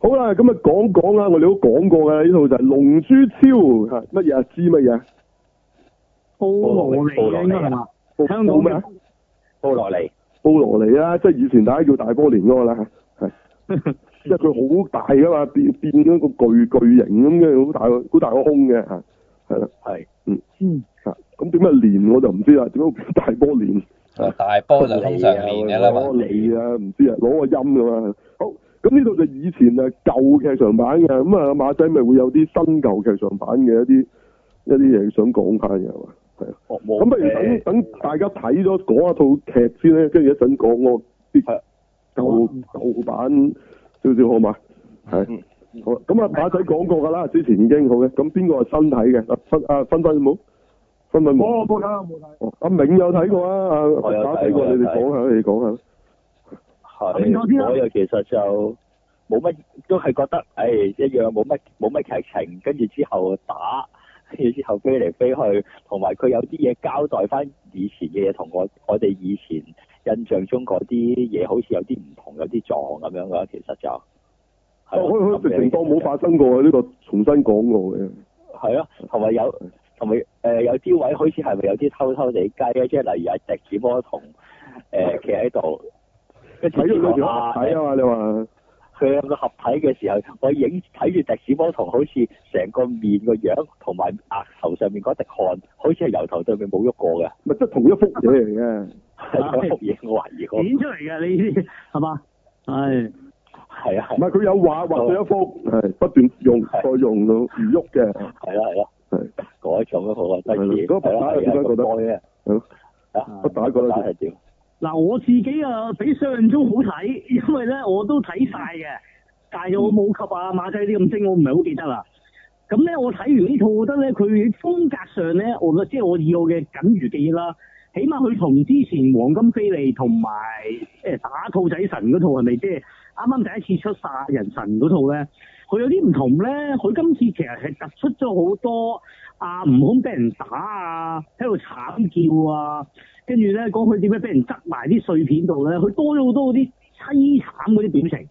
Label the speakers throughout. Speaker 1: 好啦，咁啊講講啦，我哋都講過㗎，呢套就係《龍珠超》嚇，乜嘢啊？知乜嘢啊？
Speaker 2: 布羅尼嘅應該係嘛？
Speaker 1: 布
Speaker 2: 香港
Speaker 1: 咩啊
Speaker 2: 嘅
Speaker 3: 布落嚟，
Speaker 1: 布羅尼啦，即係以前大家叫大波連嗰個啦 嚇，係，因為佢好大噶嘛，變變咗個巨巨型咁嘅，好大個好大個胸嘅嚇，係啦
Speaker 3: 係
Speaker 2: 嗯，
Speaker 1: 嚇，咁點解連我就唔知啦，點解變大波連？
Speaker 4: 大波就通
Speaker 3: 啊
Speaker 4: 常連嘅啦嘛，
Speaker 1: 攞你啊，唔知啊，攞個音㗎嘛。好，咁呢度就以前啊舊劇場版嘅，咁啊馬仔咪會有啲新舊劇場版嘅一啲一啲嘢想講下嘅係嘛？係啊，
Speaker 3: 我冇
Speaker 1: 咁不如等
Speaker 3: 誒
Speaker 1: 等大家睇咗嗰一套劇先咧，跟住一陣講我啲
Speaker 3: 係啊
Speaker 1: 舊舊版少少好嘛？係
Speaker 3: 嗯。
Speaker 1: 好啦，咁啊，馬仔講過㗎 啦，之前已經好嘅。咁邊個係新睇嘅？啊分啊分分有冇？分分冇。
Speaker 2: 我冇睇，我冇睇。
Speaker 1: 哦阿明有睇過啊，阿
Speaker 3: 我哦有睇
Speaker 1: 馬睇過，
Speaker 3: 我有
Speaker 1: 你哋
Speaker 3: 睇
Speaker 1: 講下，你哋講下。
Speaker 2: 邊個先
Speaker 3: 係，
Speaker 2: 啊
Speaker 3: 我又其實就冇乜，都係覺得，唉，一樣冇乜冇乜劇情，跟住之後打， 跟住之後飛嚟飛去，同埋佢有啲嘢交代翻以前嘅嘢，同我我哋以前印象中嗰啲嘢好似有啲唔同，有啲撞咁樣嘅，其實就係咯
Speaker 1: 哦佢佢直情當冇。
Speaker 3: 咁樣
Speaker 1: 發生過啊！呢個重新講過嘅，
Speaker 3: 係咯，同埋有同埋誒有啲位好似係咪有啲偷偷地雞咧？即係例如阿迪子摩同誒企喺度，跟住
Speaker 1: 睇到
Speaker 3: 之後
Speaker 1: 佢條
Speaker 3: 啊
Speaker 1: 睇啊嘛！你話
Speaker 3: 佢兩個合體嘅時候，我影睇住迪士摩同好似成個面個樣，同埋額頭上面嗰滴汗，好似係由頭到尾冇喐過嘅，
Speaker 1: 咪即係同一幅嘢嚟嘅，
Speaker 3: 係嗰幅嘢我懷疑過，
Speaker 2: 剪出嚟嘅你呢啲係嘛？係
Speaker 3: 係啊
Speaker 1: 唔係佢有畫畫咗一幅，係不斷用
Speaker 3: 哦係
Speaker 1: 再用到唔喐嘅，
Speaker 3: 係啊啦係啦
Speaker 1: 係，
Speaker 3: 嗰種都好啊，得意，
Speaker 1: 係咯嗰個
Speaker 3: 係
Speaker 1: 白打
Speaker 3: 啦係啊
Speaker 1: 點解覺得
Speaker 3: 咁耐啊
Speaker 1: 係咯
Speaker 3: 啊
Speaker 1: 不打覺得
Speaker 3: 白打係點？
Speaker 2: 嗱，我自己啊比上中好睇，因為咧我都睇晒嘅，但係我冇及啊馬仔啲咁精，我唔係好記得啦。咁咧，我睇完呢套，我覺得咧佢風格上咧，我即係我以我嘅僅餘記憶啦，起碼佢同之前黃金菲利同埋誒打兔仔神嗰套係咪即係啱啱第一次出殺人神嗰套咧？佢有啲唔同咧，佢今次其實係突出咗好多啊悟空俾人打啊，喺度慘叫啊，跟住咧講佢點樣俾人執埋啲碎片度咧，佢多咗好多嗰啲凄慘嗰啲表情。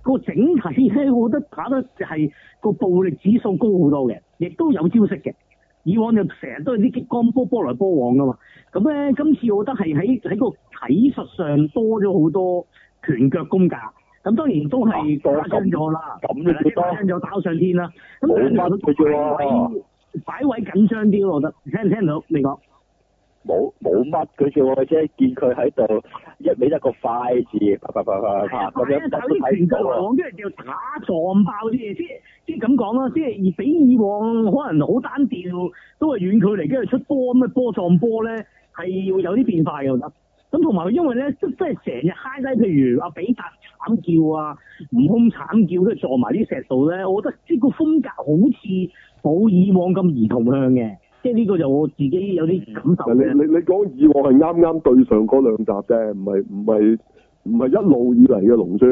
Speaker 2: 個整體咧，我覺得打得係個暴力指數高好多嘅，亦都有招式嘅。以往就成日都係啲激光波波來波往噶嘛，咁咧今次我覺得係喺喺個體術上多咗好多拳腳功架，咁當然都係
Speaker 3: 啊多
Speaker 2: 打傷咗啦，
Speaker 3: 咁咁
Speaker 2: 係啦即係
Speaker 3: 都幾多
Speaker 2: 打傷咗打上天啦。咁
Speaker 3: 冇
Speaker 2: 但係
Speaker 3: 乜嘅啫喎
Speaker 2: 佢擺位擺位緊張啲咯，我覺得聽唔聽到你講？
Speaker 3: 冇冇乜嘅啫喎，即係見佢喺度一味得個快字，啪啪啪啪
Speaker 2: 係
Speaker 3: 啪
Speaker 2: 啊，
Speaker 3: 咁樣乜
Speaker 2: 但係有
Speaker 3: 都
Speaker 2: 啲
Speaker 3: 睇唔
Speaker 2: 拳腳
Speaker 3: 到
Speaker 2: 來
Speaker 3: 啊！
Speaker 2: 往，跟住就打撞爆啲嘢，即係即係咁講啦，即係而比以往可能好單調，都係遠距離跟住出波咁嘅啊波撞波咧，係要有啲變化嘅我覺得。咁同埋佢因為咧，即即係成日 high 低，譬如阿比達慘叫啊，悟空慘叫，跟住撞埋啲石度咧，我覺得即係個風格好似冇以往咁兒童向嘅，即係呢個就我自己有啲感受
Speaker 1: 嗱你
Speaker 3: 嗯
Speaker 2: 嘅。
Speaker 1: 你你講以往係啱啱對上嗰兩集啫，唔係唔係唔係一路以嚟嘅龍珠，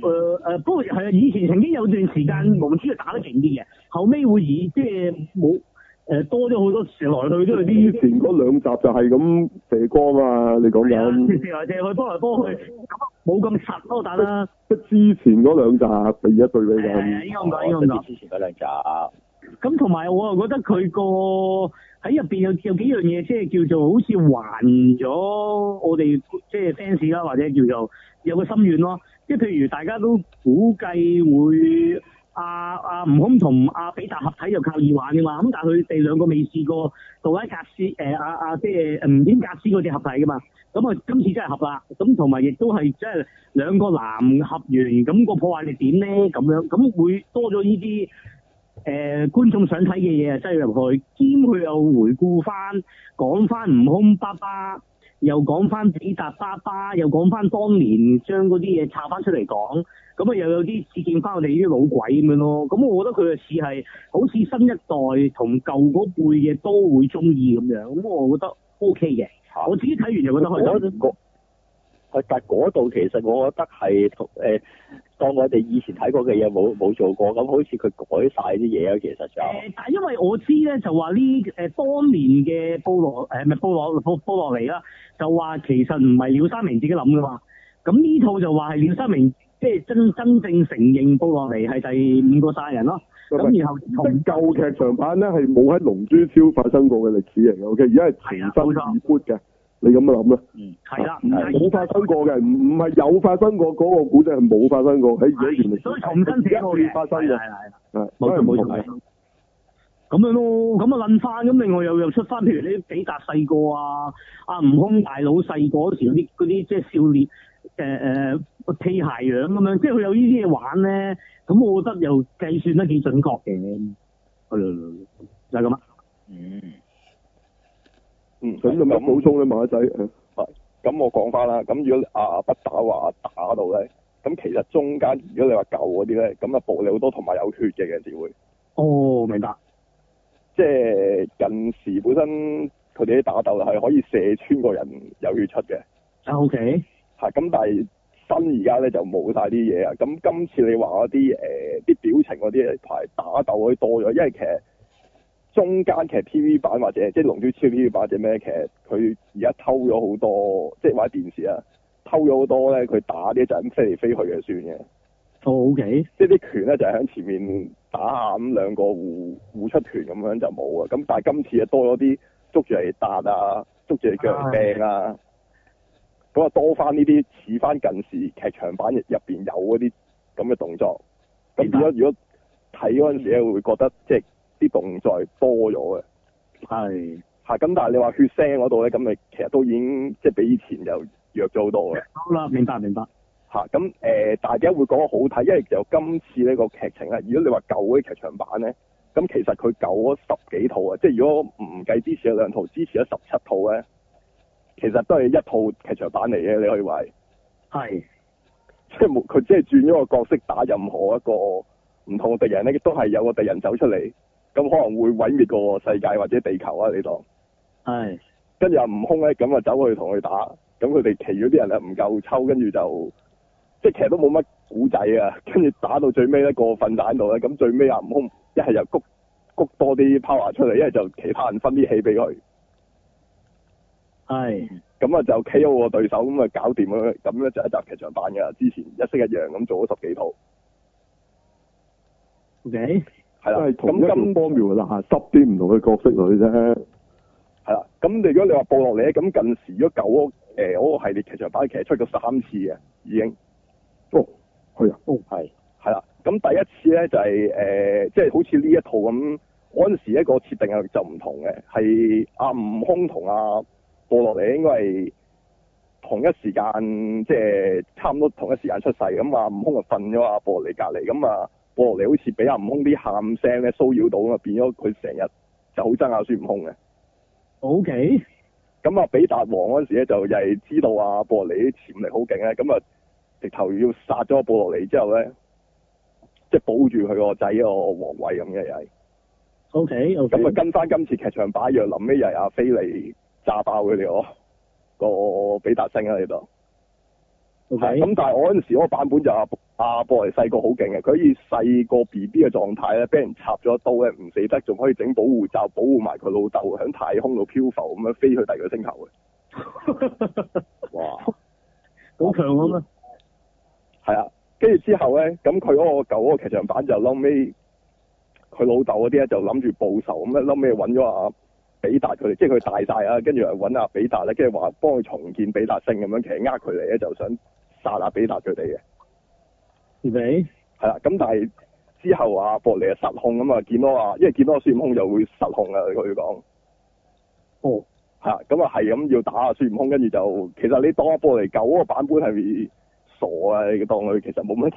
Speaker 2: 誒、誒，不過係啊，以前曾經有段時間龍珠係打得勁啲嘅，後尾會以即係冇誒多咗好多時來去都係
Speaker 1: 之
Speaker 2: 啲
Speaker 1: 前嗰兩集就係咁射光啊！你講
Speaker 2: 係啊
Speaker 1: 緊
Speaker 2: 射來射去波來波去，咁啊冇咁實咯打得，
Speaker 1: 即係之前嗰兩集比一對比
Speaker 2: 係啊係啊，
Speaker 1: 緊，
Speaker 2: 應該咁講，應該咁講。
Speaker 3: 之前嗰兩集，
Speaker 2: 咁同埋我又覺得佢個喺入邊有有幾樣嘢，即係叫做好似還咗我哋即係 fans 啦，或者叫做有個心願咯。即係譬如大家都估計會阿阿悟空同阿比達合體就靠耳環嘅嘛，咁但係佢哋兩個未試過杜拉格斯誒阿阿即係唔點格斯嗰隻合體嘅嘛。咁啊，今次真係合啦，咁同埋亦都係即係兩個男合完，咁、個破壞力點咧？咁樣咁會多咗呢啲。誒、呃觀眾想睇嘅嘢啊，擠入去，兼佢又回顧翻，講翻悟空爸爸，又呃講翻比達爸爸，又講翻當年將嗰啲嘢拆翻出嚟講，咁啊又有啲致敬翻我哋呢啲老鬼咁樣咯。咁我覺得佢嘅似係好似新一代同舊嗰輩嘅都會中意咁樣，咁我覺得 O K 嘅。我自己睇完就覺得
Speaker 3: 嗰
Speaker 2: 開
Speaker 3: 嗰
Speaker 2: 心。
Speaker 3: 係但係嗰度其實我覺得係同誒，當我哋以前睇過嘅嘢冇冇做過，咁好似佢改晒啲嘢啊，其實
Speaker 2: 誒、
Speaker 3: 就
Speaker 2: 呃但係因為我知咧，就話呢誒當年嘅布羅誒咪布羅布布羅尼啦，就話其實唔係廖三明自己諗噶嘛。咁呢套就話係廖三明即係真真正承認布洛尼係第五個殺人咯。啊咁然後
Speaker 1: 啊即
Speaker 2: 同
Speaker 1: 係舊劇場版咧係冇喺龍珠超發生過嘅歷史嚟嘅，OK，而家係重新
Speaker 2: 係啊
Speaker 1: reboot 嘅，你咁樣諗啦，啊
Speaker 2: 係啊啦，
Speaker 1: 冇發生過嘅，唔唔係有發生過嗰個古仔係冇發生過，喺而家原啊
Speaker 2: 係，
Speaker 1: 嚟
Speaker 2: 所以重新寫過
Speaker 1: 而家
Speaker 2: 嘅，
Speaker 1: 發生
Speaker 2: 係
Speaker 1: 嘅，
Speaker 2: 係
Speaker 1: 係
Speaker 2: 係冇啊錯
Speaker 1: 所以唔
Speaker 2: 冇
Speaker 1: 同
Speaker 2: 錯。冇錯咁樣咯，咁啊撚翻，咁另外又又出翻，譬如你比達細個啊，阿悟空大佬細個嗰時嗰啲嗰啲即係少年誒誒屁鞋樣咁樣，即係佢有呢啲嘢玩咧，咁我覺得又計算得幾準確嘅，係咯就係咁啊啦。
Speaker 3: 嗯。
Speaker 1: 嗯，咁有冇
Speaker 3: 咁
Speaker 1: 補充咧，馬仔？啊係
Speaker 3: 咁我講翻啦，咁如果啊不打話打到咧，咁其實中間如果你話舊嗰啲咧，咁啊暴力好多同埋有血嘅嘅時會，
Speaker 2: 哦，明白。
Speaker 3: 即係近時本身佢哋啲打鬥係可以射穿個人有血出嘅，
Speaker 2: 啊，OK，
Speaker 3: 係咁但係新而家咧就冇晒啲嘢啊，咁今次你話嗰啲誒啲表情嗰啲排打鬥嗰啲多咗，因為其實中間其實 TV 版或者即係龍珠超 TV 版或者咩，其實佢而家偷咗好多，即係或者電視啊。偷咗好多咧，佢打啲就咁飛嚟飛去嘅算嘅，
Speaker 2: 哦，OK，
Speaker 3: 即係啲拳咧就係喺前面打下咁兩個互互出拳咁樣就冇啊。咁但係今次啊多咗啲捉住嚟搭啊，捉住嚟腳嚟掟啊，咁啊多翻呢啲似翻近時劇場版入邊有嗰啲咁嘅動作。咁變咗如果睇嗰陣時咧，會覺得即係啲動作係多咗嘅。
Speaker 2: 係，
Speaker 3: 嚇咁，但係你話血腥嗰度咧，咁你其實都已經即係比以前就弱咗好多嘅。
Speaker 2: 好啦，明白明白，
Speaker 3: 嚇咁誒，大家會講得好睇，因為就今次呢個劇情咧，如果你話舊嗰啲劇場版咧，咁其實佢舊嗰十幾套啊，即係如果唔計之前嗰兩套，之前嗰十七套咧，其實都係一套劇場版嚟嘅，你可以話係，
Speaker 2: 係，
Speaker 3: 即係冇佢只係轉咗個角色打任何一個唔同嘅敵人咧，都係有個敵人走出嚟，咁可能會毀滅個世界或者地球啊，你當。
Speaker 2: 係，
Speaker 3: 跟住阿悟空咧，咁啊走去同佢打，咁佢哋其餘啲人咧唔夠抽，跟住就即係其實都冇乜古仔啊， 跟住打到最尾咧個瞓蛋度咧，咁最尾阿悟空一係就谷谷多啲 power 出嚟，一係就其他人分啲氣俾佢，
Speaker 2: 係，
Speaker 3: 咁啊就 KO 個對手，咁啊搞掂佢，咁咧就一集劇場版噶，之前一式一樣咁做咗十幾套，
Speaker 2: ，OK，
Speaker 3: 係啦，
Speaker 1: 係同一
Speaker 3: 咁
Speaker 1: 種
Speaker 3: 今
Speaker 1: 方苗嗱，濕啲唔同嘅角色嚟啫。
Speaker 3: 係啦，咁你如果你話報落嚟咧，咁近時如果舊嗰誒嗰個系列劇場版其實出咗三次嘅已經。
Speaker 1: 哦，係啊，
Speaker 5: 係
Speaker 3: 係啦，咁第一次咧就係、誒、即係好似呢一套咁，嗰陣時一個設定係就唔同嘅，係阿悟空同阿布洛尼應該係同一時間，即係差唔多同一時間出世，咁阿悟空就瞓咗阿布洛尼隔離，咁啊布洛尼好似俾阿悟空啲喊聲咧騷擾到，咁啊變咗佢成日就好憎阿孫悟空嘅。
Speaker 2: ，OK，
Speaker 3: 咁啊，比達王嗰陣時咧，就又係知道啊，布洛尼啲潛力好勁咧，咁啊，直頭要殺咗布洛尼之後咧，即係保住佢個仔個皇位咁嘅又係。
Speaker 2: OK，OK，
Speaker 3: 咁啊，跟翻今次劇場版一樣，臨尾又係阿啊菲利炸爆佢哋個個比達星喺度。
Speaker 2: ，OK，
Speaker 3: 咁但係我嗰陣時嗰個版本就阿阿布洛尼細個好勁嘅，佢以細個 B B 嘅狀態咧，俾人插咗一刀咧，唔死得，仲可以整保護罩保護埋佢老豆，喺太空度漂浮咁樣飛去第二個星球嘅。哇！
Speaker 2: 好強啊咁啊，
Speaker 3: 係啊，跟住之後咧，咁佢嗰個舊嗰個劇場版就嬲尾，佢老豆嗰啲咧就諗住報仇咁咧，嬲尾揾咗阿比達佢哋，即係佢大晒啊，跟住又揾阿比達咧，跟住話幫佢重建比達星咁樣，其實呃佢哋咧就想殺阿比達佢哋嘅，
Speaker 2: ，OK，
Speaker 3: 係啦、咁但係之後阿博利啊失控咁啊，見到啊，因為見到阿孫悟空就會失控啊，佢講。
Speaker 2: 哦，
Speaker 3: 吓咁啊，係咁要打阿孫悟空，跟住就其實你當阿波嚟救嗰個版本係傻啊！你當佢其實冇乜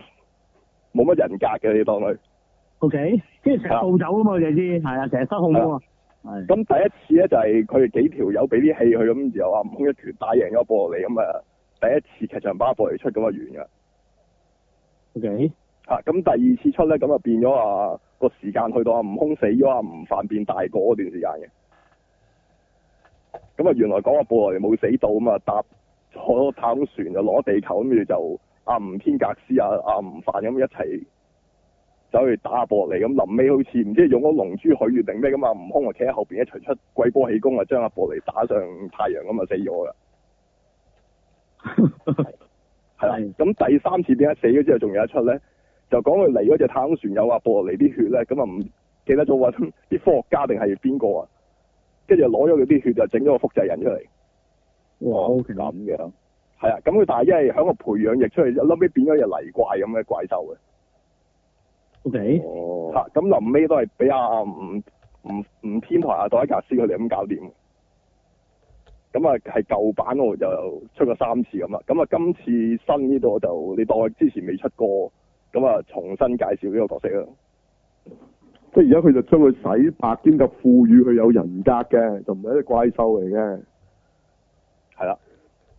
Speaker 3: 冇乜人格嘅，你當佢。
Speaker 2: O K，即係成日暴走啊嘛，佢哋知，係啊，成日失控啊嘛，係
Speaker 3: 咁第一次咧就係佢哋幾條友俾啲氣佢咁，然後阿悟空一拳打贏咗阿波嚟咁啊，第一次劇場版阿波嚟出咁啊完㗎。
Speaker 2: O K，
Speaker 3: 吓啊咁第二次出咧咁啊變咗啊個時間去到阿悟空死咗阿悟飯變大個嗰段時間嘅。咁啊原來講阿布羅尼冇死到咁啊搭坐太空船就攞地球，跟住就阿吳天格斯啊阿吳飯咁一齊走去打阿布羅尼，咁臨尾好似唔知用咗龍珠許願定咩咁啊悟空啊企喺後邊一齊出龜波氣功啊將阿布羅尼打上太陽咁啊死咗㗎。係啦
Speaker 2: 係。
Speaker 3: 咁第三次點解死咗之後仲有一出咧？就講佢嚟嗰只太空船有話播落嚟啲血咧，咁啊唔記得咗話啲科學家定係邊個啊？跟住攞咗佢啲血就整咗個複製人出嚟。
Speaker 2: 哇
Speaker 5: 咁樣，
Speaker 3: 係啊，咁佢但係因為喺個培養液出嚟，後尾變咗只泥怪咁嘅怪獸嘅。
Speaker 2: ，O K，
Speaker 3: 嚇、
Speaker 5: 哦，
Speaker 3: 咁臨尾都係俾阿吳吳吳天台阿杜拉格斯佢哋咁搞掂嘅。咁啊，係舊版我就出過三次咁啦。咁啊，今次新呢度我就你當我之前未出過，咁啊重新介紹呢個角色啦。
Speaker 1: 即係而家佢就將佢洗白兼及賦予佢有人格嘅，就唔係一隻怪獸嚟嘅。
Speaker 3: 係啦，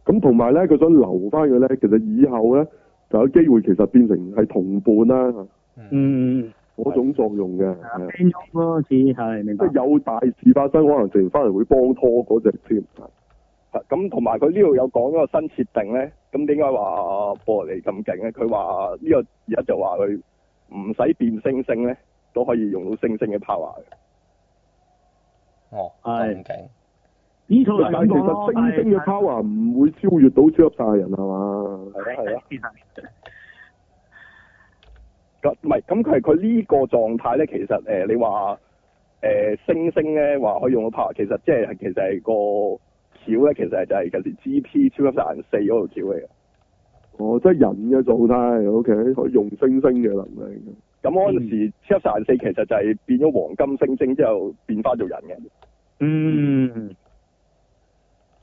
Speaker 1: 咁同埋咧，佢想留翻佢咧，其實以後咧就有機會其實變成係同伴啦
Speaker 2: 嗯，
Speaker 1: 嗰種作用嘅，
Speaker 2: 啊
Speaker 1: 係啊
Speaker 2: friend 喐咯，似係明
Speaker 1: 即
Speaker 2: 白
Speaker 1: 係。有大事發生，可能突然翻嚟會幫拖嗰只添。
Speaker 3: 啊咁同埋佢呢度有講嗰個新設定咧，咁點解話波羅尼咁勁咧？佢話呢個而家就話佢唔使變星星咧，都可以用到星星嘅 power 嘅。
Speaker 4: 哦，
Speaker 2: 係
Speaker 4: 咁勁，
Speaker 2: 呢套
Speaker 1: 但係
Speaker 2: 係咁啊
Speaker 1: 其
Speaker 2: 講咯，
Speaker 1: 實星星嘅 power 唔會超越到超級大人係嘛？
Speaker 3: 係啊係啊。
Speaker 2: 係啊，
Speaker 3: 咁唔係，咁佢係佢呢個狀態咧，其實誒、呃你話誒、呃星星咧話可以用到 power，其實即係其實係個橋咧，其實係就係嗰啲 GP 超級殺人四嗰條橋嚟嘅。
Speaker 1: 哦，即係人嘅狀態，OK，可以用星星嘅能力。
Speaker 3: 咁
Speaker 1: 嗯
Speaker 3: 嗰陣時超級殺人四其實就係變咗黃金星星之後變翻做人嘅
Speaker 2: 嗯，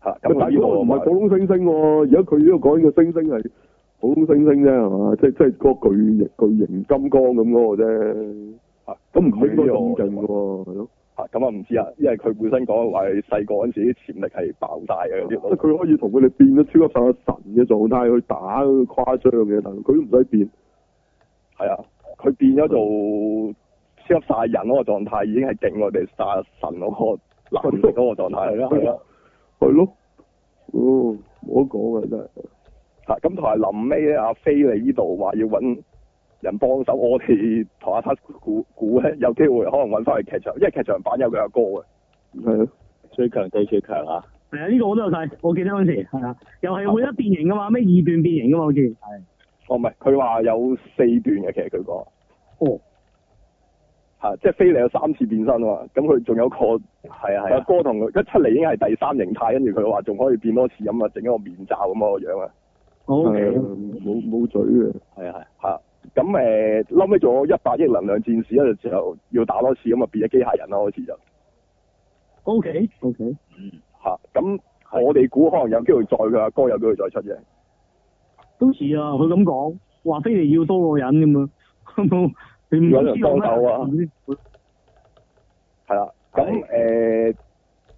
Speaker 3: 嚇。
Speaker 1: 但
Speaker 3: 咁啊
Speaker 1: 係
Speaker 3: 呢
Speaker 1: 嗰個
Speaker 3: 度
Speaker 1: 唔係普通星星喎，而家佢呢度講緊嘅星星係普通星星啫，係嘛？即係即係個巨型巨型金剛咁嗰個啫。
Speaker 3: 啊
Speaker 1: 咁唔應該咁
Speaker 3: 佢
Speaker 1: 勁
Speaker 3: 呢
Speaker 1: 喎，係咯？
Speaker 3: 嚇咁啊唔知啊，因為佢本身講話佢細個嗰陣時啲潛力係爆晒嘅嗰
Speaker 1: 即
Speaker 3: 啲
Speaker 1: 係佢可以同佢哋變咗超級殺神嘅狀態去打，誇張嘅，但係佢都唔使變。
Speaker 3: 係啊，佢變咗做超級殺人嗰個狀態已經係勁過我哋殺神嗰個藍色嗰個狀態啊
Speaker 1: 係啊咯係咯係咯，哦，冇得講啊，真係。
Speaker 3: 嚇咁同埋臨尾咧，阿飛你呢度話要揾人幫手，我哋同阿 t a 估估咧，有機會可能揾翻去劇場，因為劇場版有佢阿哥嘅，
Speaker 1: 係啊，
Speaker 5: 最強對最強啊！
Speaker 2: 係啊，呢個我都有睇，我記得嗰陣時係啊，又係會得變形噶嘛，咩二段變形噶嘛，好似係。
Speaker 3: 哦唔係，佢話有四段嘅，其實佢講
Speaker 2: 哦，
Speaker 3: 嚇，即係飛你有三次變身啊嘛，咁佢仲有個
Speaker 5: 係啊係
Speaker 3: 阿
Speaker 5: 啊，
Speaker 3: 哥同佢一出嚟已經係第三形態，跟住佢話仲可以變多次咁啊，整一個面罩咁個樣啊
Speaker 2: 好
Speaker 1: 係啊
Speaker 2: OK，
Speaker 1: 冇冇嘴嘅。
Speaker 5: 係啊係啊。
Speaker 3: 嚇。咁誒，嬲尾仲有一百億能量戰士咧，就要打多次咁啊，變咗機械人啦，開始就。
Speaker 2: OK OK，
Speaker 5: 嗯，
Speaker 3: 嚇，啊咁我哋估可能有機會再佢阿哥有機會再出嘅，
Speaker 2: 都似啊，佢咁講，話非嚟要多個人咁樣， 冇你唔
Speaker 3: 有人
Speaker 2: 知道咩
Speaker 3: 幫手啊
Speaker 2: 唔知
Speaker 3: 係啦。咁誒、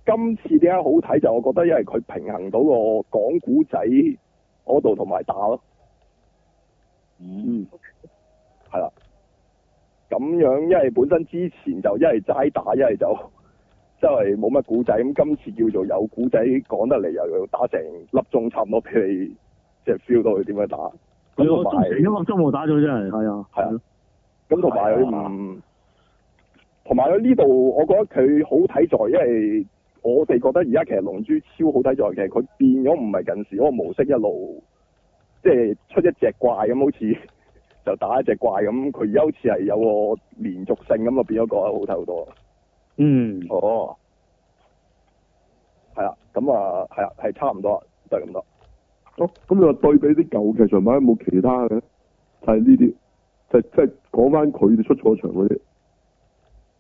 Speaker 3: 今次點解好睇就我覺得因為佢平衡到個講古仔嗰度同埋打咯，
Speaker 5: 嗯，
Speaker 3: 係啦。咁樣因為本身之前就一係齋打，一係就 真係冇乜古仔。咁今次叫做有古仔講得嚟，又要打成粒鐘差唔多俾你，即係 feel 到佢點樣打。咁
Speaker 2: 佢啊我中
Speaker 3: 同埋
Speaker 2: 成一粒鐘冇打咗真係，係啊，
Speaker 3: 係啊咁同埋佢唔，同埋佢呢度，我覺得佢好睇在，因為我哋覺得而家其實《龍珠超》好睇在，其實佢變咗唔係近時嗰個模式一路，即係出一隻怪咁，好似就打一隻怪咁。佢而家好似係有個連續性咁啊，變咗個好睇好多。
Speaker 2: 嗯，
Speaker 3: 哦，係啦，咁啊，係啊，係差唔多，就係咁多。
Speaker 1: 哦，咁你話對比啲舊劇場版有冇其他嘅咧？就係呢啲，就即係講翻佢哋出錯場嗰啲。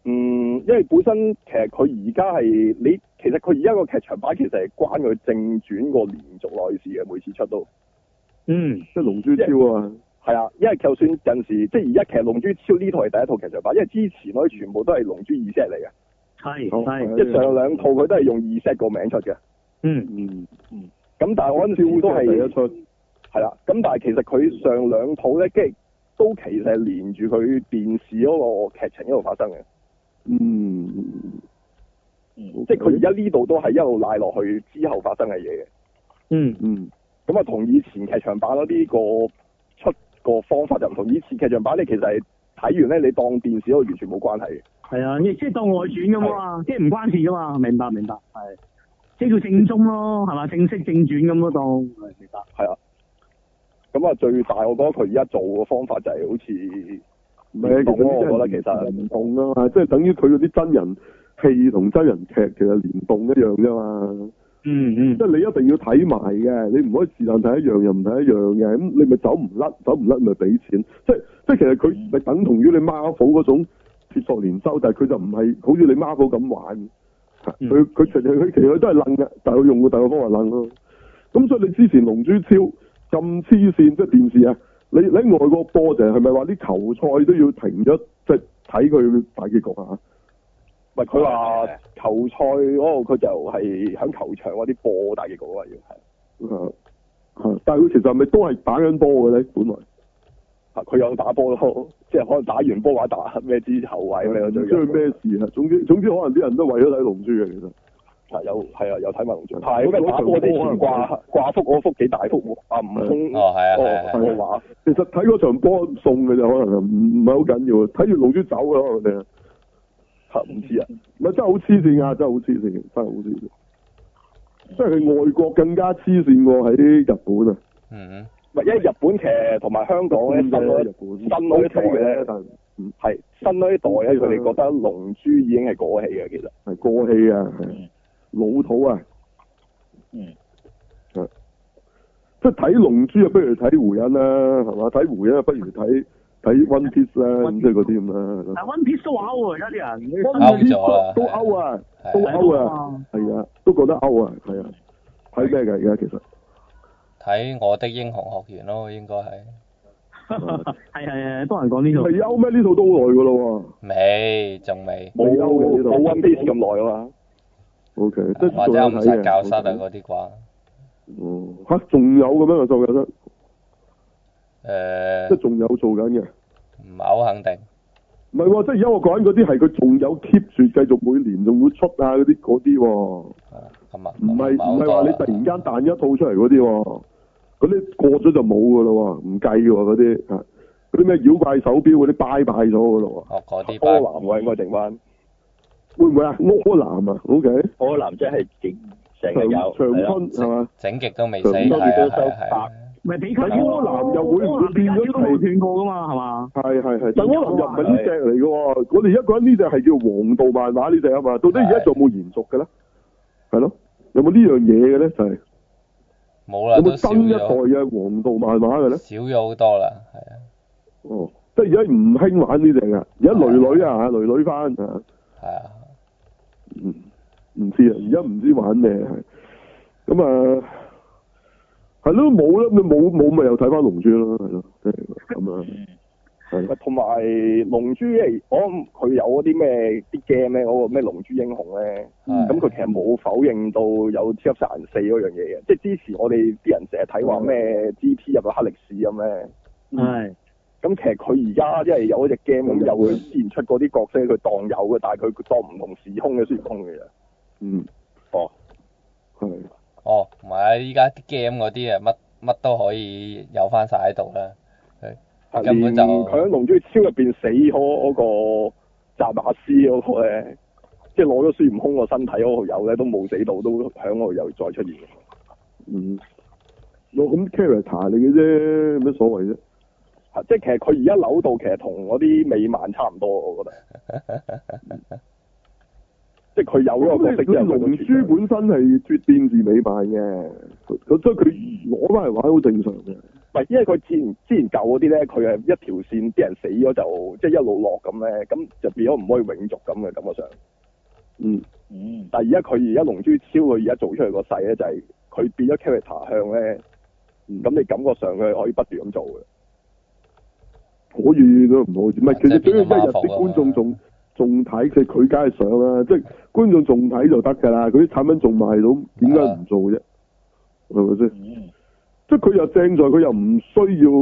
Speaker 3: 嗯，因為本身其實佢而家係你，其實佢而家個劇場版其實係關佢正傳個連續內事嘅，每次出都
Speaker 2: 嗯，
Speaker 1: 即係龍珠超啊，
Speaker 3: 係啊，因為就算有陣時即係而家其實《龍珠超》呢套係第一套劇場版，因為之前嗰啲全部都係《龍珠二 set 嚟嘅，
Speaker 2: 係
Speaker 1: 好
Speaker 2: 係，
Speaker 1: 係
Speaker 3: 即係上兩套佢都係用二 set 個名出嘅，咁
Speaker 2: 嗯
Speaker 1: 嗯，
Speaker 3: 但係我嗰陣時都
Speaker 1: 第一
Speaker 3: 係
Speaker 1: 出，
Speaker 3: 係啦，咁但係其實佢上兩套咧，跟住都其實係連住佢電視嗰個劇情一路發生嘅，
Speaker 1: 嗯，
Speaker 3: 嗯即係佢而家呢度都係一路賴落去之後發生嘅嘢嘅。
Speaker 2: 嗯
Speaker 1: 嗯，
Speaker 3: 咁啊，同以前劇場版嗰呢個出個方法就唔同。以前劇場版咧，其實係睇完咧，你當電視嗰度完全冇關係嘅。
Speaker 2: 係啊，即即係當外傳咁啊嘛，即係唔關事噶嘛，明白明白，係，即係叫正宗咯，係嘛，正式正傳咁咯當，係明白，
Speaker 3: 係啊，咁啊，最大我覺得佢而家做嘅方法就係好似
Speaker 1: 唔係，其實呢啲
Speaker 3: 我
Speaker 1: 係
Speaker 3: 覺得其實
Speaker 1: 聯動啊嘛，即係等於佢嗰啲真人戲同真人劇其實聯動一樣啫嘛。
Speaker 2: 嗯嗯
Speaker 1: 即係你一定要睇埋嘅，你唔可以是但睇一樣又唔睇一樣嘅，咁你咪走唔甩，走唔甩咪俾錢。即係即係其實佢咪等同於你 Marvel 嗰種鐵索連收，但係佢就唔係好似你 Marvel 咁玩。
Speaker 2: 嗯
Speaker 1: 佢佢其實佢其實佢都係楞嘅，但係佢用個第二個方法楞咯。咁所以你之前龍珠超咁黐線，即係電視啊！你你喺外國播就係咪話啲球賽都要停咗，即係睇佢大結局啊？
Speaker 3: 唔係佢
Speaker 4: 啊
Speaker 3: 話球賽嗰度佢就係喺球場嗰啲播大結局啊，要係
Speaker 1: 啊啊但係佢其實係咪都係打緊波嘅咧？本來。
Speaker 3: 啊佢有打波咯， 即係可能打完波或者打咩之後位你
Speaker 1: 唔
Speaker 3: 有
Speaker 1: 知
Speaker 4: 嗯
Speaker 3: 最
Speaker 1: 佢咩事啊？總之總之，可能啲人都為咗睇龍珠嘅，其實
Speaker 3: 啊有係啊有睇埋龍珠，
Speaker 1: 係
Speaker 3: 係咩
Speaker 1: 嗰
Speaker 3: 打波之前
Speaker 1: 嗰場波啊
Speaker 3: 掛掛幅嗰幅幾大幅喎啊悟空
Speaker 4: 哦係
Speaker 3: 嗰
Speaker 4: 啊
Speaker 3: 個
Speaker 4: 係啊係啊
Speaker 3: 嗰個畫
Speaker 1: 其實睇嗰場波送嘅就可能啊唔唔係好緊要，睇住龍珠走嘅可能你啊，
Speaker 3: 嚇唔知啊，
Speaker 1: 唔係真係好黐線啊！真係好黐線，真係好黐線。即係佢外國更加黐線過喺日本啊！
Speaker 4: 嗯
Speaker 3: 唔係因為日本劇同埋香港咧新嗰
Speaker 1: 日本
Speaker 3: 新嗰一代
Speaker 1: OK 嘅
Speaker 3: 咧，
Speaker 1: 但係
Speaker 3: 係新嗰一代咧，佢哋覺得龍珠已經係過氣嘅，其實
Speaker 1: 係過氣啊，係老土啊。
Speaker 5: 嗯
Speaker 1: 係。即係睇龍珠啊，不如睇胡人啦，係嘛？睇胡人啊，不如睇睇 One Piece 啦，咁即係嗰啲咁啦係咯。
Speaker 2: 但 One Piece 都話喎，而家啲人
Speaker 4: Out 咗啦
Speaker 1: 都勾啊，
Speaker 4: 係
Speaker 1: 都勾啊，
Speaker 2: 啊，
Speaker 1: 係啊，都覺得勾啊，係啊，睇咩㗎而家其實？
Speaker 4: 睇我的英雄學院咯，應該係
Speaker 2: 係啊係係，多人講呢
Speaker 1: 未
Speaker 2: 度。
Speaker 1: 啊勾咩？呢套都好耐㗎咯
Speaker 4: 未，仲未，
Speaker 3: 冇
Speaker 1: 未休嘅啊呢度
Speaker 3: 冇 One Piece 咁耐啊嘛。
Speaker 1: 喎。O K，即係
Speaker 4: 或者暗殺教室啊
Speaker 1: OK
Speaker 4: 嗰啲啩，
Speaker 1: 哦，嚇仲有咁樣嘅做緊，即係
Speaker 4: 誒
Speaker 1: 仲有做緊嘅。
Speaker 4: 唔係好肯定，
Speaker 1: 唔係喎，即係而家我講緊嗰啲係佢仲有 keep 住繼續每年仲會出啊嗰啲嗰啲喎，唔
Speaker 4: 啊咁啊，
Speaker 1: 係唔係
Speaker 4: 好
Speaker 1: 話
Speaker 4: 多
Speaker 1: 你
Speaker 4: 啦
Speaker 1: 突然間彈一套出嚟嗰啲喎，嗰啲過咗就冇㗎咯喎，唔計㗎喎嗰啲啊，嗰啲咩妖怪手錶嗰啲拜拜咗㗎咯
Speaker 4: 哦嗰啲
Speaker 3: 柯南
Speaker 4: 吧，
Speaker 3: 喎，應該剩翻。
Speaker 1: 喎，會唔會啊？柯南啊，OK，
Speaker 5: 柯南真係整
Speaker 3: 啊
Speaker 5: 成
Speaker 1: 長
Speaker 5: 日有，
Speaker 1: 長
Speaker 5: 係
Speaker 1: 春係嘛？
Speaker 4: 整極都未死，
Speaker 1: 佢
Speaker 4: 係
Speaker 1: 唔多
Speaker 4: 啊
Speaker 5: 佢都
Speaker 4: 係
Speaker 5: 收
Speaker 4: 啊係
Speaker 5: 百
Speaker 4: 啊，
Speaker 2: 咪比卡
Speaker 1: 但柯南又會唔會變咗
Speaker 2: 都冇斷過噶嘛，係嘛？
Speaker 1: 係係係，但柯南又唔係呢只嚟嘅喎，我哋而家講緊呢只係叫黃道漫畫呢只啊嘛，到底而家仲有冇延續嘅咧？係咯，有冇呢樣嘢嘅咧？就係、
Speaker 4: 冇啦
Speaker 1: 有
Speaker 4: 都
Speaker 1: 冇
Speaker 4: 少
Speaker 1: 新一代
Speaker 4: 咗，
Speaker 1: 嘅黃道漫畫嘅咧？
Speaker 4: 少咗好多啦，係啊
Speaker 1: 哦，即係而家唔興玩呢只噶，而家女女啊，女女翻啊，
Speaker 4: 係啊，
Speaker 1: 嗯，唔知啊，而家唔知玩咩，係咁啊，係咯，冇啦，你冇冇咪又睇翻龍珠咯，係咯，即係咁啊，係咯
Speaker 3: 喂，同埋龍珠嚟，我諗佢有嗰啲咩啲 game 咧，嗰個咩龍珠英雄咧，
Speaker 4: 係
Speaker 3: 咁佢其實冇否認到有超級殺人四嗰樣嘢嘅，即係之前我哋啲人成日睇話咩 GT 入咗黑歷史咁咧，
Speaker 2: 係
Speaker 3: 咁其實佢而家因為有嗰隻 game 咁，有佢之前出嗰啲角色，佢當有嘅，但係佢當唔同時空嘅孫悟空嘅啫。
Speaker 1: 嗯，
Speaker 3: 哦，
Speaker 1: 係。
Speaker 4: 哦唔係啊，依家啲 game 嗰啲啊乜乜都可以有翻晒喺度啦，
Speaker 3: 係
Speaker 4: 根本就
Speaker 3: 啊連佢喺龍珠超入邊死咗嗰個扎馬斯嗰個咧，即係攞咗孫悟空個身體嗰個友咧，都冇死到，都喺嗰度又再出現。
Speaker 1: 嗯，我咁 character 嚟嘅啫，有乜所謂啫？
Speaker 3: 啊即係其實佢而家扭到，其實同嗰啲美漫差唔多，我覺得。 即係佢有嗰個角色之
Speaker 1: 佢
Speaker 3: 後，佢
Speaker 1: 龍
Speaker 3: 都
Speaker 1: 珠本身係絕變自美版嘅，咁所以佢攞翻嚟玩好正常嘅。
Speaker 3: 唔係，因為佢之前之前舊嗰啲咧，佢係一條線，啲人死咗就即係一路落咁咧，咁就變咗唔可以永續咁嘅感覺上。
Speaker 1: 嗯，
Speaker 5: 嗯，
Speaker 3: 但係而家佢而家龍珠超，佢而家做出嚟個勢咧，就係、佢變咗 character 向咧，
Speaker 1: 嗯
Speaker 3: 咁你感覺上佢可以不斷咁做嘅。
Speaker 1: 可以都唔可以，唔係其實
Speaker 4: 即係
Speaker 1: 最
Speaker 4: 變咗
Speaker 1: 緊要一日
Speaker 4: Marvel
Speaker 1: 啲
Speaker 4: 啊㗎嘛
Speaker 1: 觀眾仲仲睇，佢佢梗係想啦，即係觀眾仲睇就得㗎啦。佢啲產品仲賣到，點解唔做啫？係咪先？即係佢又正在，佢又唔需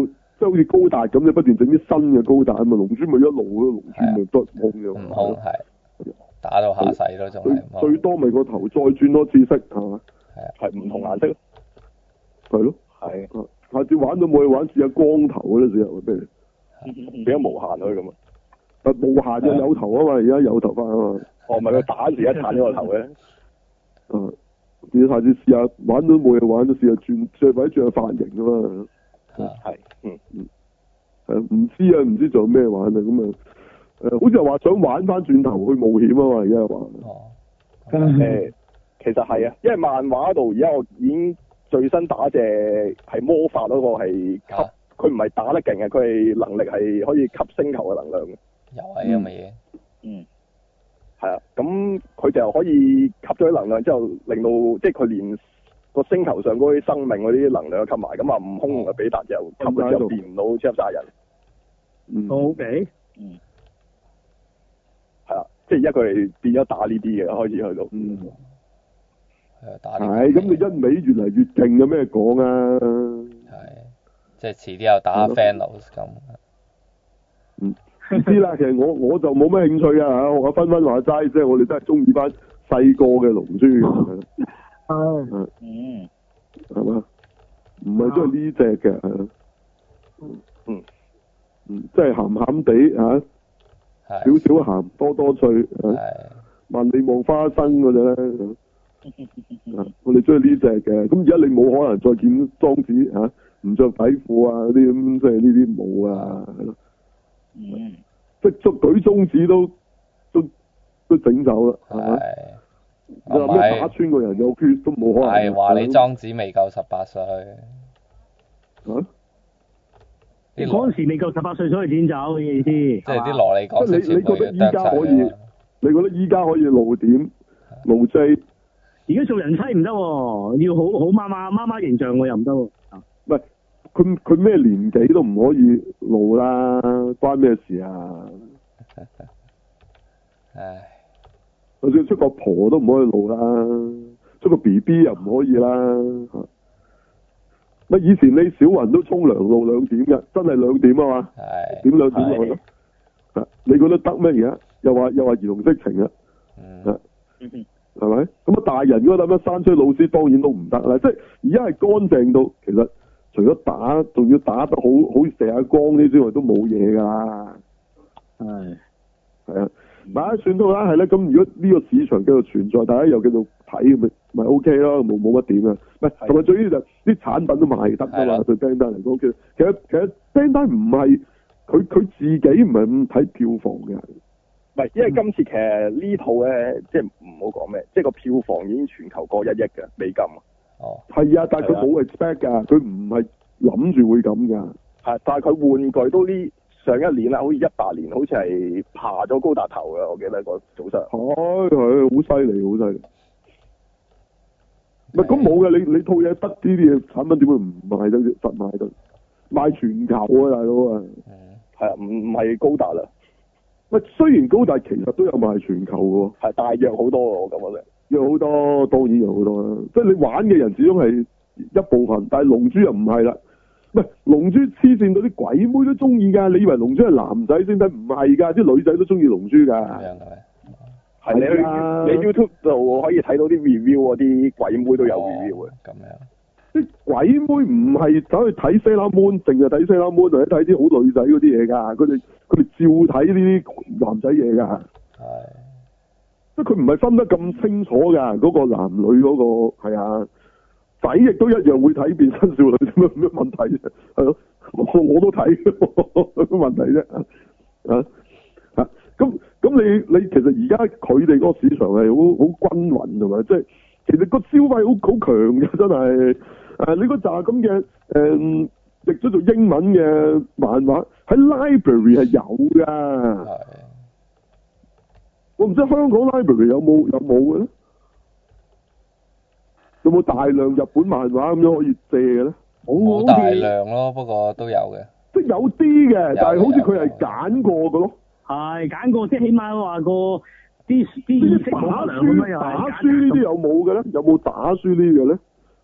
Speaker 1: 要。即係好似高達咁，你不斷整啲新嘅高達啊嘛，龍珠咪一路咯，龍珠咪都空嘅。
Speaker 4: 啊唔空係打到下世都仲
Speaker 1: 最
Speaker 4: 係唔
Speaker 1: 最
Speaker 4: 空，
Speaker 1: 多咪個頭再轉多次色係嘛？
Speaker 3: 係唔同顏色
Speaker 1: 嗯係
Speaker 3: 咯，
Speaker 1: 咯，
Speaker 3: 係
Speaker 1: 啊下次玩都冇去玩，試下光頭嗰陣時候俾你。
Speaker 3: 變咗無限佢咁啊！
Speaker 1: 啊，無限就有頭啊嘛，而家有頭髮啊嘛，
Speaker 3: 哦，唔係佢打時一鏟咗個頭嘅，
Speaker 1: 啊， 你下次試下玩都冇嘢玩，都試下轉，最或者轉下髮型啊嘛。
Speaker 5: 係
Speaker 3: 嗯
Speaker 1: 係啊唔知啊，唔知仲有咩玩啊，咁啊，誒，好似係話想玩翻轉頭去冒險啊嘛，而家話，
Speaker 4: 哦，
Speaker 2: 嗯
Speaker 3: 诶、其實係啊，因為漫畫度而家我已經最新打隻係魔法嗰個係吸，
Speaker 4: 啊
Speaker 3: 佢唔係打得勁嘅，佢係能力係可以吸星球嘅能量嘅，
Speaker 4: 又係咁嘅嘢，
Speaker 5: 嗯
Speaker 3: 係啊，咁佢就可以吸咗啲能量之後，令到即係佢連個星球上嗰啲生命嗰啲能量都吸埋，咁啊悟空同埋比達就吸咗之後變唔到超級殺人，
Speaker 1: 嗯，
Speaker 2: O K，
Speaker 5: 嗯
Speaker 3: 係啊，即係而家佢哋變咗打呢啲嘅開始去到，
Speaker 1: 嗯，
Speaker 4: 係打呢
Speaker 1: 係，
Speaker 4: 啲
Speaker 1: 咁你一味越嚟越勁有咩講啊？
Speaker 4: 係即係遲啲又打
Speaker 1: 嗯
Speaker 4: Fanos 咁，
Speaker 1: 唔知啦，其實我我就冇咩興趣啊，嚇我分分話齋，即係我哋都係中意翻細個嘅龍珠嘅，
Speaker 2: 係
Speaker 5: 嗯
Speaker 1: 係嘛？唔係都係呢只嘅，係啊
Speaker 3: 嗯
Speaker 1: 嗯，即係鹹鹹地嚇，
Speaker 4: 係
Speaker 1: 少少鹹，多多脆，嚇
Speaker 4: 係
Speaker 1: 萬里望花生嗰只咧。啊我哋中意呢只嘅，咁而家你冇可能再見莊子嚇，唔着底褲啊嗰啲咁，即係呢啲冇啊，係咯，
Speaker 5: 嗯
Speaker 1: 即係捉舉中指都都都整走啦，係咪？
Speaker 4: 係，
Speaker 1: 啊你話
Speaker 4: 同
Speaker 1: 咩
Speaker 4: 埋
Speaker 1: 打啊穿個人有血都冇可能嘅。
Speaker 4: 係話你莊子未夠十八歲，
Speaker 1: 啊
Speaker 4: 啲
Speaker 2: 嗰
Speaker 4: 羅
Speaker 2: 陣時未夠十八歲，所以剪走嘅意思。即
Speaker 4: 即係啲羅利講
Speaker 1: 即係
Speaker 4: 識
Speaker 1: 啊你
Speaker 4: 全部
Speaker 1: 你
Speaker 4: 嘢
Speaker 1: 覺得依
Speaker 4: 啄
Speaker 1: 家可以
Speaker 4: 齊啊
Speaker 1: 你覺得依家可以露點露 J，
Speaker 2: 而家做人妻唔得喎，要好好媽媽媽媽形象我又唔得喎。
Speaker 1: 唔係佢佢咩年紀都唔可以露啦，關咩事啊？
Speaker 4: 唉，
Speaker 1: 就算出個婆都唔可以露啦，出個 B B 又唔可以啦。嚇乜以前你小雲都沖涼露兩點嘅，真係兩點啊嘛，
Speaker 4: 係，
Speaker 1: 點兩點落去咯。啊你覺得得咩而家？又話又話兒童色情啊？
Speaker 4: 嗯，
Speaker 5: 嗯
Speaker 1: 係咪？咁啊，大人嗰啲咁樣山吹老師當然都唔得啦。即係而家係乾淨到，其實除咗打，仲要打得好好射下光呢之外，都冇嘢㗎啦。
Speaker 2: 係。
Speaker 1: 係啊，買算到啦，係啦。咁如果呢個市場繼續存在，大家又繼續睇，咪咪 O K 咯，冇冇乜點啊。唔係，啊同埋最緊要就係啲產品都賣得㗎
Speaker 4: 係
Speaker 1: 嘛。
Speaker 4: 啦
Speaker 1: 對 band 嚟講，其實其實其實 band 唔係佢佢自己唔係咁睇票房嘅。
Speaker 3: 唔係，因為今次其實呢套咧，即係唔好講咩，即係個票房已經全球過一億嘅美金。啊
Speaker 4: 哦，
Speaker 1: 係啊，但係佢冇 expect 㗎，佢唔係諗住會咁㗎。
Speaker 3: 係，但係佢玩具都呢上一年啦，啊好似一八年，好似係爬咗高達頭嘅，我記得個早上。
Speaker 1: 係係好犀利，好犀利。唔係咁冇嘅，你你套嘢得呢啲嘢產品點會唔賣得啫？實賣得，賣全球啊，大佬啊！
Speaker 4: 嗯，
Speaker 3: 係啊，唔唔係高達啦，
Speaker 1: 喂，雖然高達其實都有賣全球嘅喎，
Speaker 3: 係大約好多嘅，我感覺咧。
Speaker 1: 有好多當然有好多啦。即係你玩嘅人始終係一部分，但係龍珠又唔係啦。唔係龍珠黐線到啲鬼妹都中意㗎，你以為龍珠係男仔先睇？唔係㗎，啲女仔都中意龍珠
Speaker 4: 咁
Speaker 1: 㗎。
Speaker 4: 樣嘅咩？
Speaker 3: 係你
Speaker 1: 係啊
Speaker 3: 去你 YouTube 度可以睇到啲 review 嗰啲鬼妹都有 review 嘅
Speaker 1: 啊
Speaker 4: 哦，咁樣，
Speaker 1: 啲鬼妹唔係走去睇 Sailor Moon，淨係睇 Sailor Moon，或者睇啲好女仔嗰啲嘢㗎。佢哋佢哋照睇呢啲男仔嘢㗎，
Speaker 4: 係，
Speaker 1: 即係佢唔係分得咁清楚㗎。嗰、個男女嗰、個係啊，仔亦都一樣會睇變身少女，點解咩問題啫？係咯，我我都睇， 有乜問題啫？啊啊！咁咁你你其實而家佢哋嗰個市場係好好均勻同埋，即係其實個消費好好強嘅，真係。誒、你嗰扎咁嘅誒譯咗做英文嘅漫畫喺 library 係有㗎，
Speaker 4: 係，
Speaker 1: 我唔知香港 library 有冇有冇嘅咧？有冇大量日本漫畫咁樣可以借嘅咧？
Speaker 4: 冇
Speaker 2: 好
Speaker 4: 大量咯，不過都有嘅，
Speaker 1: 即係有啲嘅
Speaker 4: 有，
Speaker 1: 但係好似佢
Speaker 4: 有
Speaker 1: 係
Speaker 4: 有
Speaker 1: 揀過嘅咯。
Speaker 2: 係揀過，即係起碼話個啲啲
Speaker 1: 呢
Speaker 2: 意
Speaker 1: 啲
Speaker 2: 識
Speaker 1: 打
Speaker 2: 冇良咁樣
Speaker 1: 輸
Speaker 2: 啊又
Speaker 1: 打
Speaker 2: 係
Speaker 1: 輸呢啲有冇嘅咧？有冇打輸呢啲嘅咧？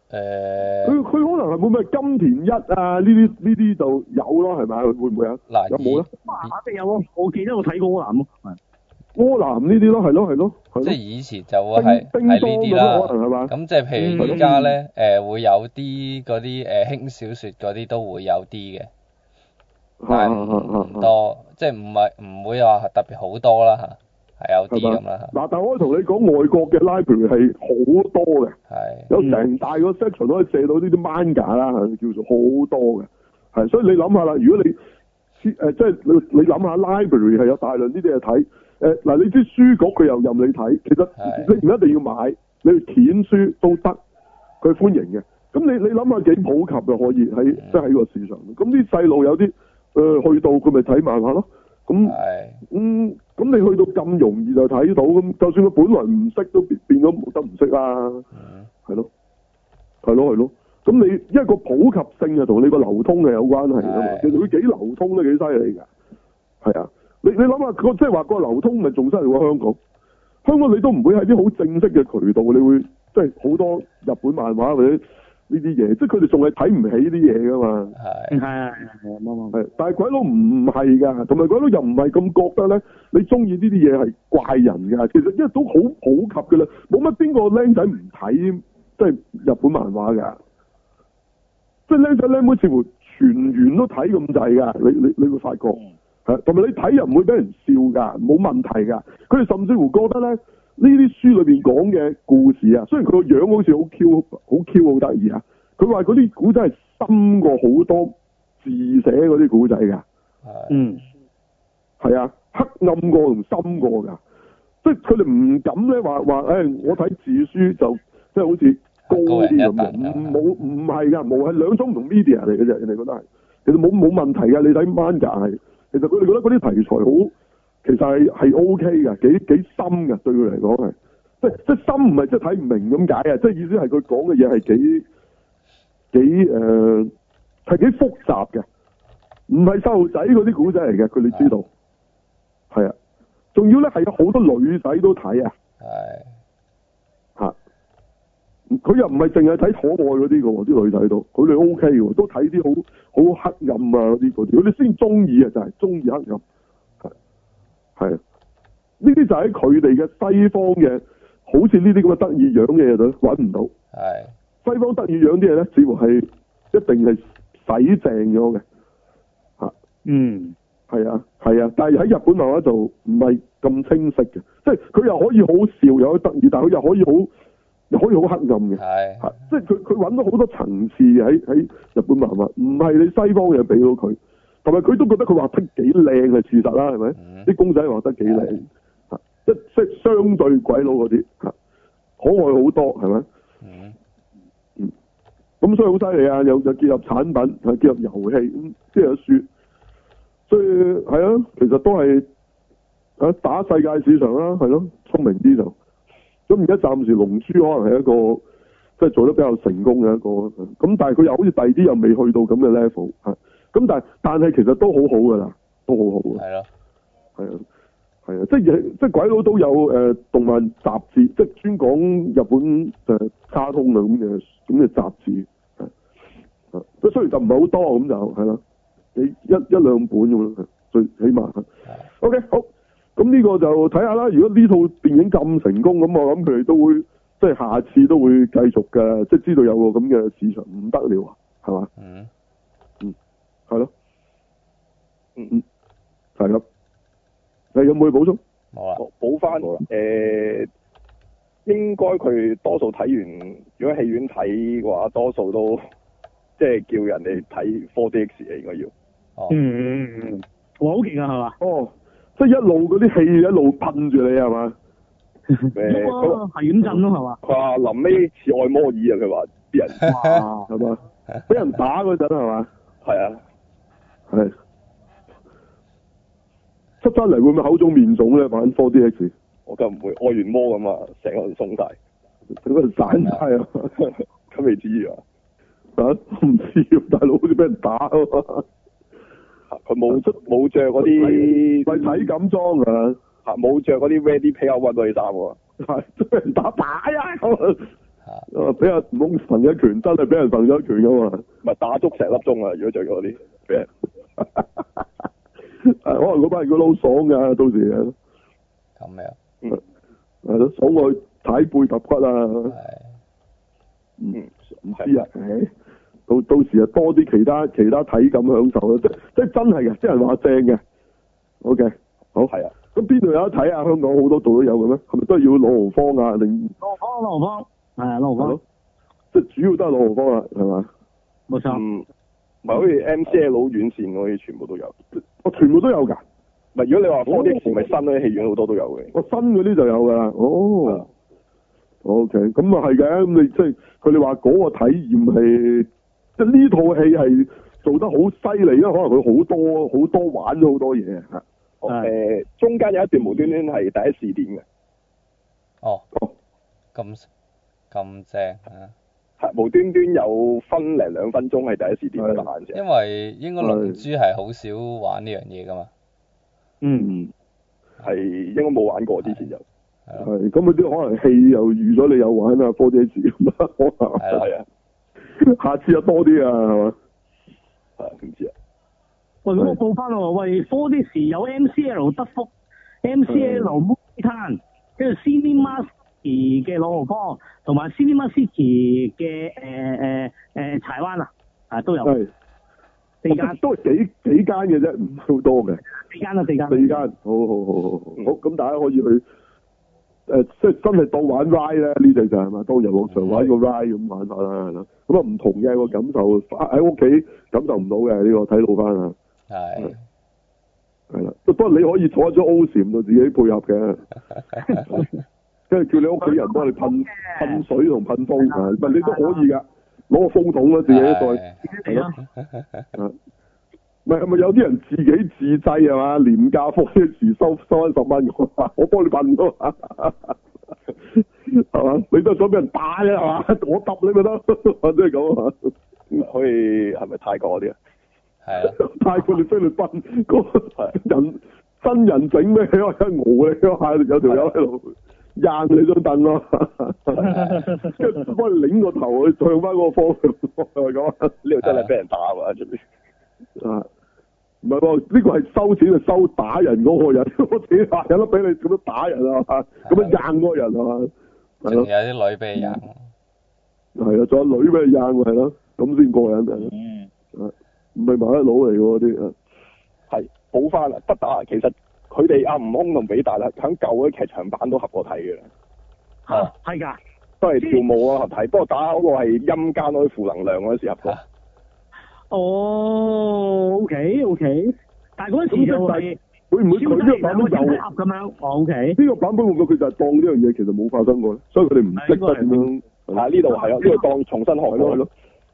Speaker 1: 佢
Speaker 4: 誒，
Speaker 1: 佢可能係會唔會係金田一啊？呢啲呢啲就有咯，係咪？會唔會啊？
Speaker 4: 嗱，
Speaker 1: 有冇咧？
Speaker 2: 打邊有咯？我記得我睇過柯南咯。
Speaker 1: 柯南呢啲咯，係咯係咯係
Speaker 4: 即係
Speaker 1: 咯。
Speaker 4: 以前就會係係
Speaker 1: 叮叮
Speaker 4: 呢
Speaker 1: 當咁
Speaker 4: 啲
Speaker 1: 咯，可
Speaker 4: 啦。
Speaker 1: 能係嘛？
Speaker 4: 咁即係譬如而家咧，誒、會有啲嗰啲誒輕小說嗰啲都會有啲嘅，
Speaker 1: 啊
Speaker 4: 但係唔
Speaker 1: 係
Speaker 4: 多，即係唔係唔會話特別好多啦嚇，係有啲咁啦
Speaker 1: 嗱，但係我可以同你講，外國嘅 library 係好多嘅，
Speaker 4: 嚇，係
Speaker 1: 有成大個 section 可以借到呢啲 manga 啦，叫做好多嘅。係，所以你諗下啦，如果你誒、即係你你諗下 library 係有大量呢啲嘢睇，誒、嗱你知書局佢又任你睇，其實
Speaker 4: 係
Speaker 1: 你唔一定要買，你去填書都得，佢歡迎嘅。咁你你諗下幾普及就可以
Speaker 4: 嗯
Speaker 1: 喺即係喺個市場度，咁啲細路有啲誒、去到佢咪睇漫畫咯，咁。
Speaker 4: 係
Speaker 1: 嗯，咁你去到咁容易就睇到，咁就算佢本來唔識都變變咗冇得唔識啦，
Speaker 4: 嗯
Speaker 1: 係咯，係咯係咯。咁你因為個普及性啊，同你個流通係有關係噶嘛。
Speaker 4: 係
Speaker 1: 其實佢幾流通都幾犀利㗎，係啊。你你諗下，個即係話個流通咪仲犀利過香港？香港你都唔會喺啲好正式嘅渠道，你會即係好多日本漫畫或者呢啲嘢，即係佢哋仲係睇唔起呢啲嘢㗎嘛。
Speaker 2: 係嗯
Speaker 4: 係
Speaker 2: 係係啱啱。
Speaker 1: 係，但係鬼佬唔係㗎，同埋鬼佬又唔係咁覺得咧。你中意呢啲嘢係怪人㗎，其實因為都好普及㗎啦，冇乜邊個僆仔唔睇即係日本漫畫㗎，即係僆仔僆妹似乎全員都睇咁滯㗎，你你你會發覺。
Speaker 5: 嗯
Speaker 1: 係，同埋你睇又唔會俾人笑㗎，冇問題㗎。佢哋甚至乎覺得咧，呢啲書裏邊講嘅故事啊，雖然佢個樣好似好 Q、好 Q、好得意啊，佢話嗰啲古仔係深過好多字寫嗰啲古仔㗎，
Speaker 4: 係
Speaker 2: 嗯，
Speaker 1: 係啊，黑暗過同深過㗎。即係佢哋唔敢咧話話，誒、唉我睇字書就即係好似高啲咁
Speaker 4: 高人一啊
Speaker 1: 樣，
Speaker 4: 等
Speaker 1: 唔冇唔係㗎，冇係兩種唔同 media 嚟嘅啫，人哋覺得係，其實冇冇問題㗎，你睇 manga 係，其實佢哋覺得嗰啲題材好，其實係係 OK 㗎，幾幾深㗎，對佢嚟講係，即即深唔係即係睇唔明咁解啊，即係意思係佢講嘅嘢係幾幾誒係幾複雜嘅，唔係細路仔嗰啲古仔嚟嘅，佢哋知道，係啊，仲要咧係有好多女仔都睇啊。
Speaker 4: 係
Speaker 1: 吓，佢又唔係淨係睇可愛嗰啲嘅喎，啲女仔都，佢哋 O K 嘅喎，都睇啲好好黑暗啊嗰啲嗰啲，佢哋先中意啊，就係中意黑暗，係係啊，呢啲就喺佢哋嘅西方嘅，好似呢啲咁嘅得意樣嘅嘢度揾唔到，
Speaker 4: 係
Speaker 1: 西方得意樣啲嘢咧，似乎係一定係洗淨咗嘅。啊
Speaker 2: 嗯，
Speaker 1: 係啊，係啊，但係喺日本漫畫就唔係咁清晰嘅，即係佢又可以好笑，又可以得意，但係佢又可以好，又可以好黑暗嘅。
Speaker 4: 係
Speaker 1: 係即係佢佢揾到好多層次嘅喺喺日本漫畫，唔係你西方嘅俾到佢，同埋佢都覺得佢畫得幾靚係事實啦，係咪？
Speaker 4: 嗯
Speaker 1: 啲公仔畫得幾靚
Speaker 4: 係，
Speaker 1: 嚇即即係相對鬼佬嗰啲嚇可愛好多，係咪？
Speaker 4: 嗯
Speaker 1: 咁所以好犀利啊！有有結合產品，係結合遊戲，咁即係有書，所以係啊，其實都係啊打世界市場啦，係咯，聰明啲就。咁而家暫時龍珠可能係一個即係做得比較成功嘅一個，咁但係佢又好似第二啲又未去到咁嘅 level 嚇，咁但係但係其實都好好㗎啦，都好好㗎。
Speaker 4: 係咯
Speaker 1: 係啊，係啊，即係即係鬼佬都有誒、呃、動漫雜誌，即係專講日本誒、呃卡通啊咁嘅咁嘅雜誌，係啊，即係雖然就唔係好多咁就係啦，你一一兩本咁咯，係最起碼。
Speaker 4: 係
Speaker 1: OK，好，咁呢個就睇下啦。如果呢套電影咁成功，咁我諗佢哋都會即係下次都會繼續嘅，即係知道有個咁嘅市場唔得了啊，係嘛？
Speaker 4: 嗯
Speaker 1: 係咯，嗯嗯，係咁。你有冇去補充？
Speaker 4: 冇啦
Speaker 1: 哦
Speaker 3: 補補翻
Speaker 5: 好啦
Speaker 3: 誒，應該佢多數睇完，如果戲院睇嘅話，多數都即係叫人哋睇 4DX 嘅應該要。
Speaker 4: 哦
Speaker 2: 嗯嗯嗯，哇，好勁啊，係嘛？
Speaker 1: 哦，即係一路嗰啲氣一路噴住你係嘛？嗯
Speaker 3: 誒呃佢話
Speaker 2: 哇係咁震 咯，
Speaker 3: 佢話臨尾似愛摩爾啊！佢話 啲人
Speaker 2: 係嘛？哇，
Speaker 1: 係嘛？俾人打嗰陣係嘛？
Speaker 3: 係啊，
Speaker 1: 係出翻嚟會唔會口腫面腫咧？玩 4DX，
Speaker 3: 我梗唔會愛完魔咁啊，成個人鬆晒，
Speaker 1: 整個人散晒啊！
Speaker 3: 咁未至於啊！
Speaker 1: 啊，唔知喎大佬好似俾人打啊嘛！
Speaker 3: 佢冇 冇着嗰啲
Speaker 1: 咪睇咁裝啊！
Speaker 3: 嚇冇着嗰啲 ready player one 嗰啲衫喎。
Speaker 1: 係都俾人打打啊！咁
Speaker 4: 嚇
Speaker 1: 啊，俾阿悟空揈一拳，真係俾人揈咗一拳啊噶 嘛！
Speaker 3: 咪打足成粒鐘啊！如果着嗰啲俾人
Speaker 1: 啊可能嗰班如果好爽噶，到時啊
Speaker 4: 咁樣
Speaker 1: 係咯，爽我去踩背揼骨啊！
Speaker 4: 係
Speaker 3: 嗯
Speaker 1: 唔知啊，唉，到到時啊多啲其他其他體感享受啊啦，即即真係嘅，啲人話正嘅。O、k 好
Speaker 3: 係啊，
Speaker 1: 咁邊度有得睇啊？香港好多度都有嘅咩？係咪都係要朗豪坊啊？定
Speaker 2: 羅芳羅芳，係啊羅
Speaker 1: 係
Speaker 2: 芳
Speaker 1: 咯，？即主要都係朗豪坊啊，係嘛？
Speaker 2: 冇錯，
Speaker 3: 嗯係好似 M C L 院線嗰啲全部都有。
Speaker 1: 我全部都有㗎，
Speaker 3: 唔係如
Speaker 1: 哦
Speaker 3: 果你話 four D 線，咪新嗰啲戲院好多都有嘅。
Speaker 1: 我新嗰啲就有㗎啦。哦，OK，咁啊係嘅，咁你即係佢哋話嗰個體驗係，即係呢套戲係做得好犀利，因為可能佢好多好多玩咗好多嘢啊嚇。
Speaker 3: 哦誒、中間有一段無端端係第一試點嘅，
Speaker 4: 哦
Speaker 1: 哦，
Speaker 4: 咁咁正啊！
Speaker 3: 係無端端有分零兩分鐘係第一試點嘅
Speaker 1: 係
Speaker 3: 得閒啫。
Speaker 4: 因為應該龍珠係好少玩呢樣嘢噶嘛，
Speaker 1: 嗯，
Speaker 3: 係應該冇玩過之前就
Speaker 4: 係咯
Speaker 1: 係咁嗰啲可能戲又預咗你有玩啊，科姐字咁啊，可
Speaker 4: 係咯
Speaker 3: 係啊，
Speaker 1: 能下次又多啲啊，係嘛？
Speaker 3: 係唔知啊，
Speaker 2: 喂，咁我報翻喎，喂，Four D 時有 MCL 德福、MCL
Speaker 1: 嗯
Speaker 2: m o t a n 跟住 Cinema City 嘅朗豪坊，同埋 Cinema City 嘅誒誒誒柴灣啊，啊都有
Speaker 1: 係
Speaker 2: 四間
Speaker 1: 都係幾幾間嘅啫，唔係好多嘅。
Speaker 2: 四間啊四間。
Speaker 1: 四間，好好好好好，好咁大家可以去誒、即係真係當玩 ride 咧，呢隻就係嘛，當遊樂場玩個 ride 咁玩法啦，係咯。咁啊唔同嘅個感受，喺屋企感受唔到嘅呢個睇到翻啊，
Speaker 4: 係
Speaker 1: 係啦。不過你可以坐咗 O 禪度自己配合嘅，跟住叫你屋企人幫你噴噴水同噴風啊，唔係你都可以㗎，攞個風筒啦自己再。
Speaker 4: 係
Speaker 2: 係咯，
Speaker 1: 唔係，係咪有啲人自己自製係嘛？廉價貨一時收收翻十蚊 我，我幫你問咯， 係嘛？你都係想俾人打嘅係嘛？ 我揼你咪得，即係咁啊！
Speaker 3: 可以係咪泰國嗰啲啊？
Speaker 4: 係咯，
Speaker 1: 泰國你菲律賓嗰個
Speaker 3: 係
Speaker 1: 人真人整咩？ 我一熬你嗰下，有條友喺度掗你張凳咯，
Speaker 4: 啊
Speaker 1: 跟住幫你擰個頭去向翻嗰個方向係咁啊！
Speaker 3: 呢度真係俾人打啊！出邊
Speaker 1: 啊，唔係喎，呢個係收錢係收打人嗰個人， 我自己話有得俾你咁樣打人啊，咁樣硬嗰個人啊，係
Speaker 4: 仲有
Speaker 1: 咯，
Speaker 4: 啲女俾人，
Speaker 1: 係啊，仲有女俾你硬喎係咯，咁先過癮係咯，啊
Speaker 5: 嗯，
Speaker 1: 唔係麻甩佬嚟嘅嗰啲啊，
Speaker 3: 係補翻啦，不打其實佢哋阿悟空同比達啦，啊響舊嗰啲劇場版都合過體嘅啦，
Speaker 2: 嚇啊係㗎，
Speaker 3: 都係跳舞啊合體，不過打嗰個係陰間嗰啲負能量嗰陣時合過。
Speaker 1: 啊
Speaker 2: 哦，OK OK，但係嗰陣時就係
Speaker 1: 會唔會
Speaker 2: 超
Speaker 1: 佢呢個版
Speaker 2: 低
Speaker 1: 本
Speaker 2: 有
Speaker 1: 就
Speaker 2: 合咁樣哦，OK。
Speaker 1: 呢個版本會唔會佢就係當呢樣嘢其實冇發生過咧，所以佢哋唔識得點樣
Speaker 3: 啊！呢度係啊，呢啊度當重新學
Speaker 1: 係咯係
Speaker 3: 過咯。
Speaker 1: 咯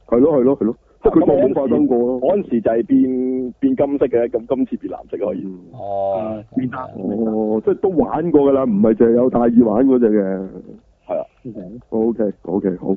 Speaker 1: 係咯係咯係咯，即啊係佢當冇發生過咯。
Speaker 3: 嗰陣時就係變變金色嘅，咁今次變藍色可以。
Speaker 1: 嗯
Speaker 4: 哦，
Speaker 2: 啊明白
Speaker 1: 哦，即係都玩過㗎啦，唔係淨係有大耳玩嗰只嘅。
Speaker 3: 係啊，
Speaker 1: O K，O K，好，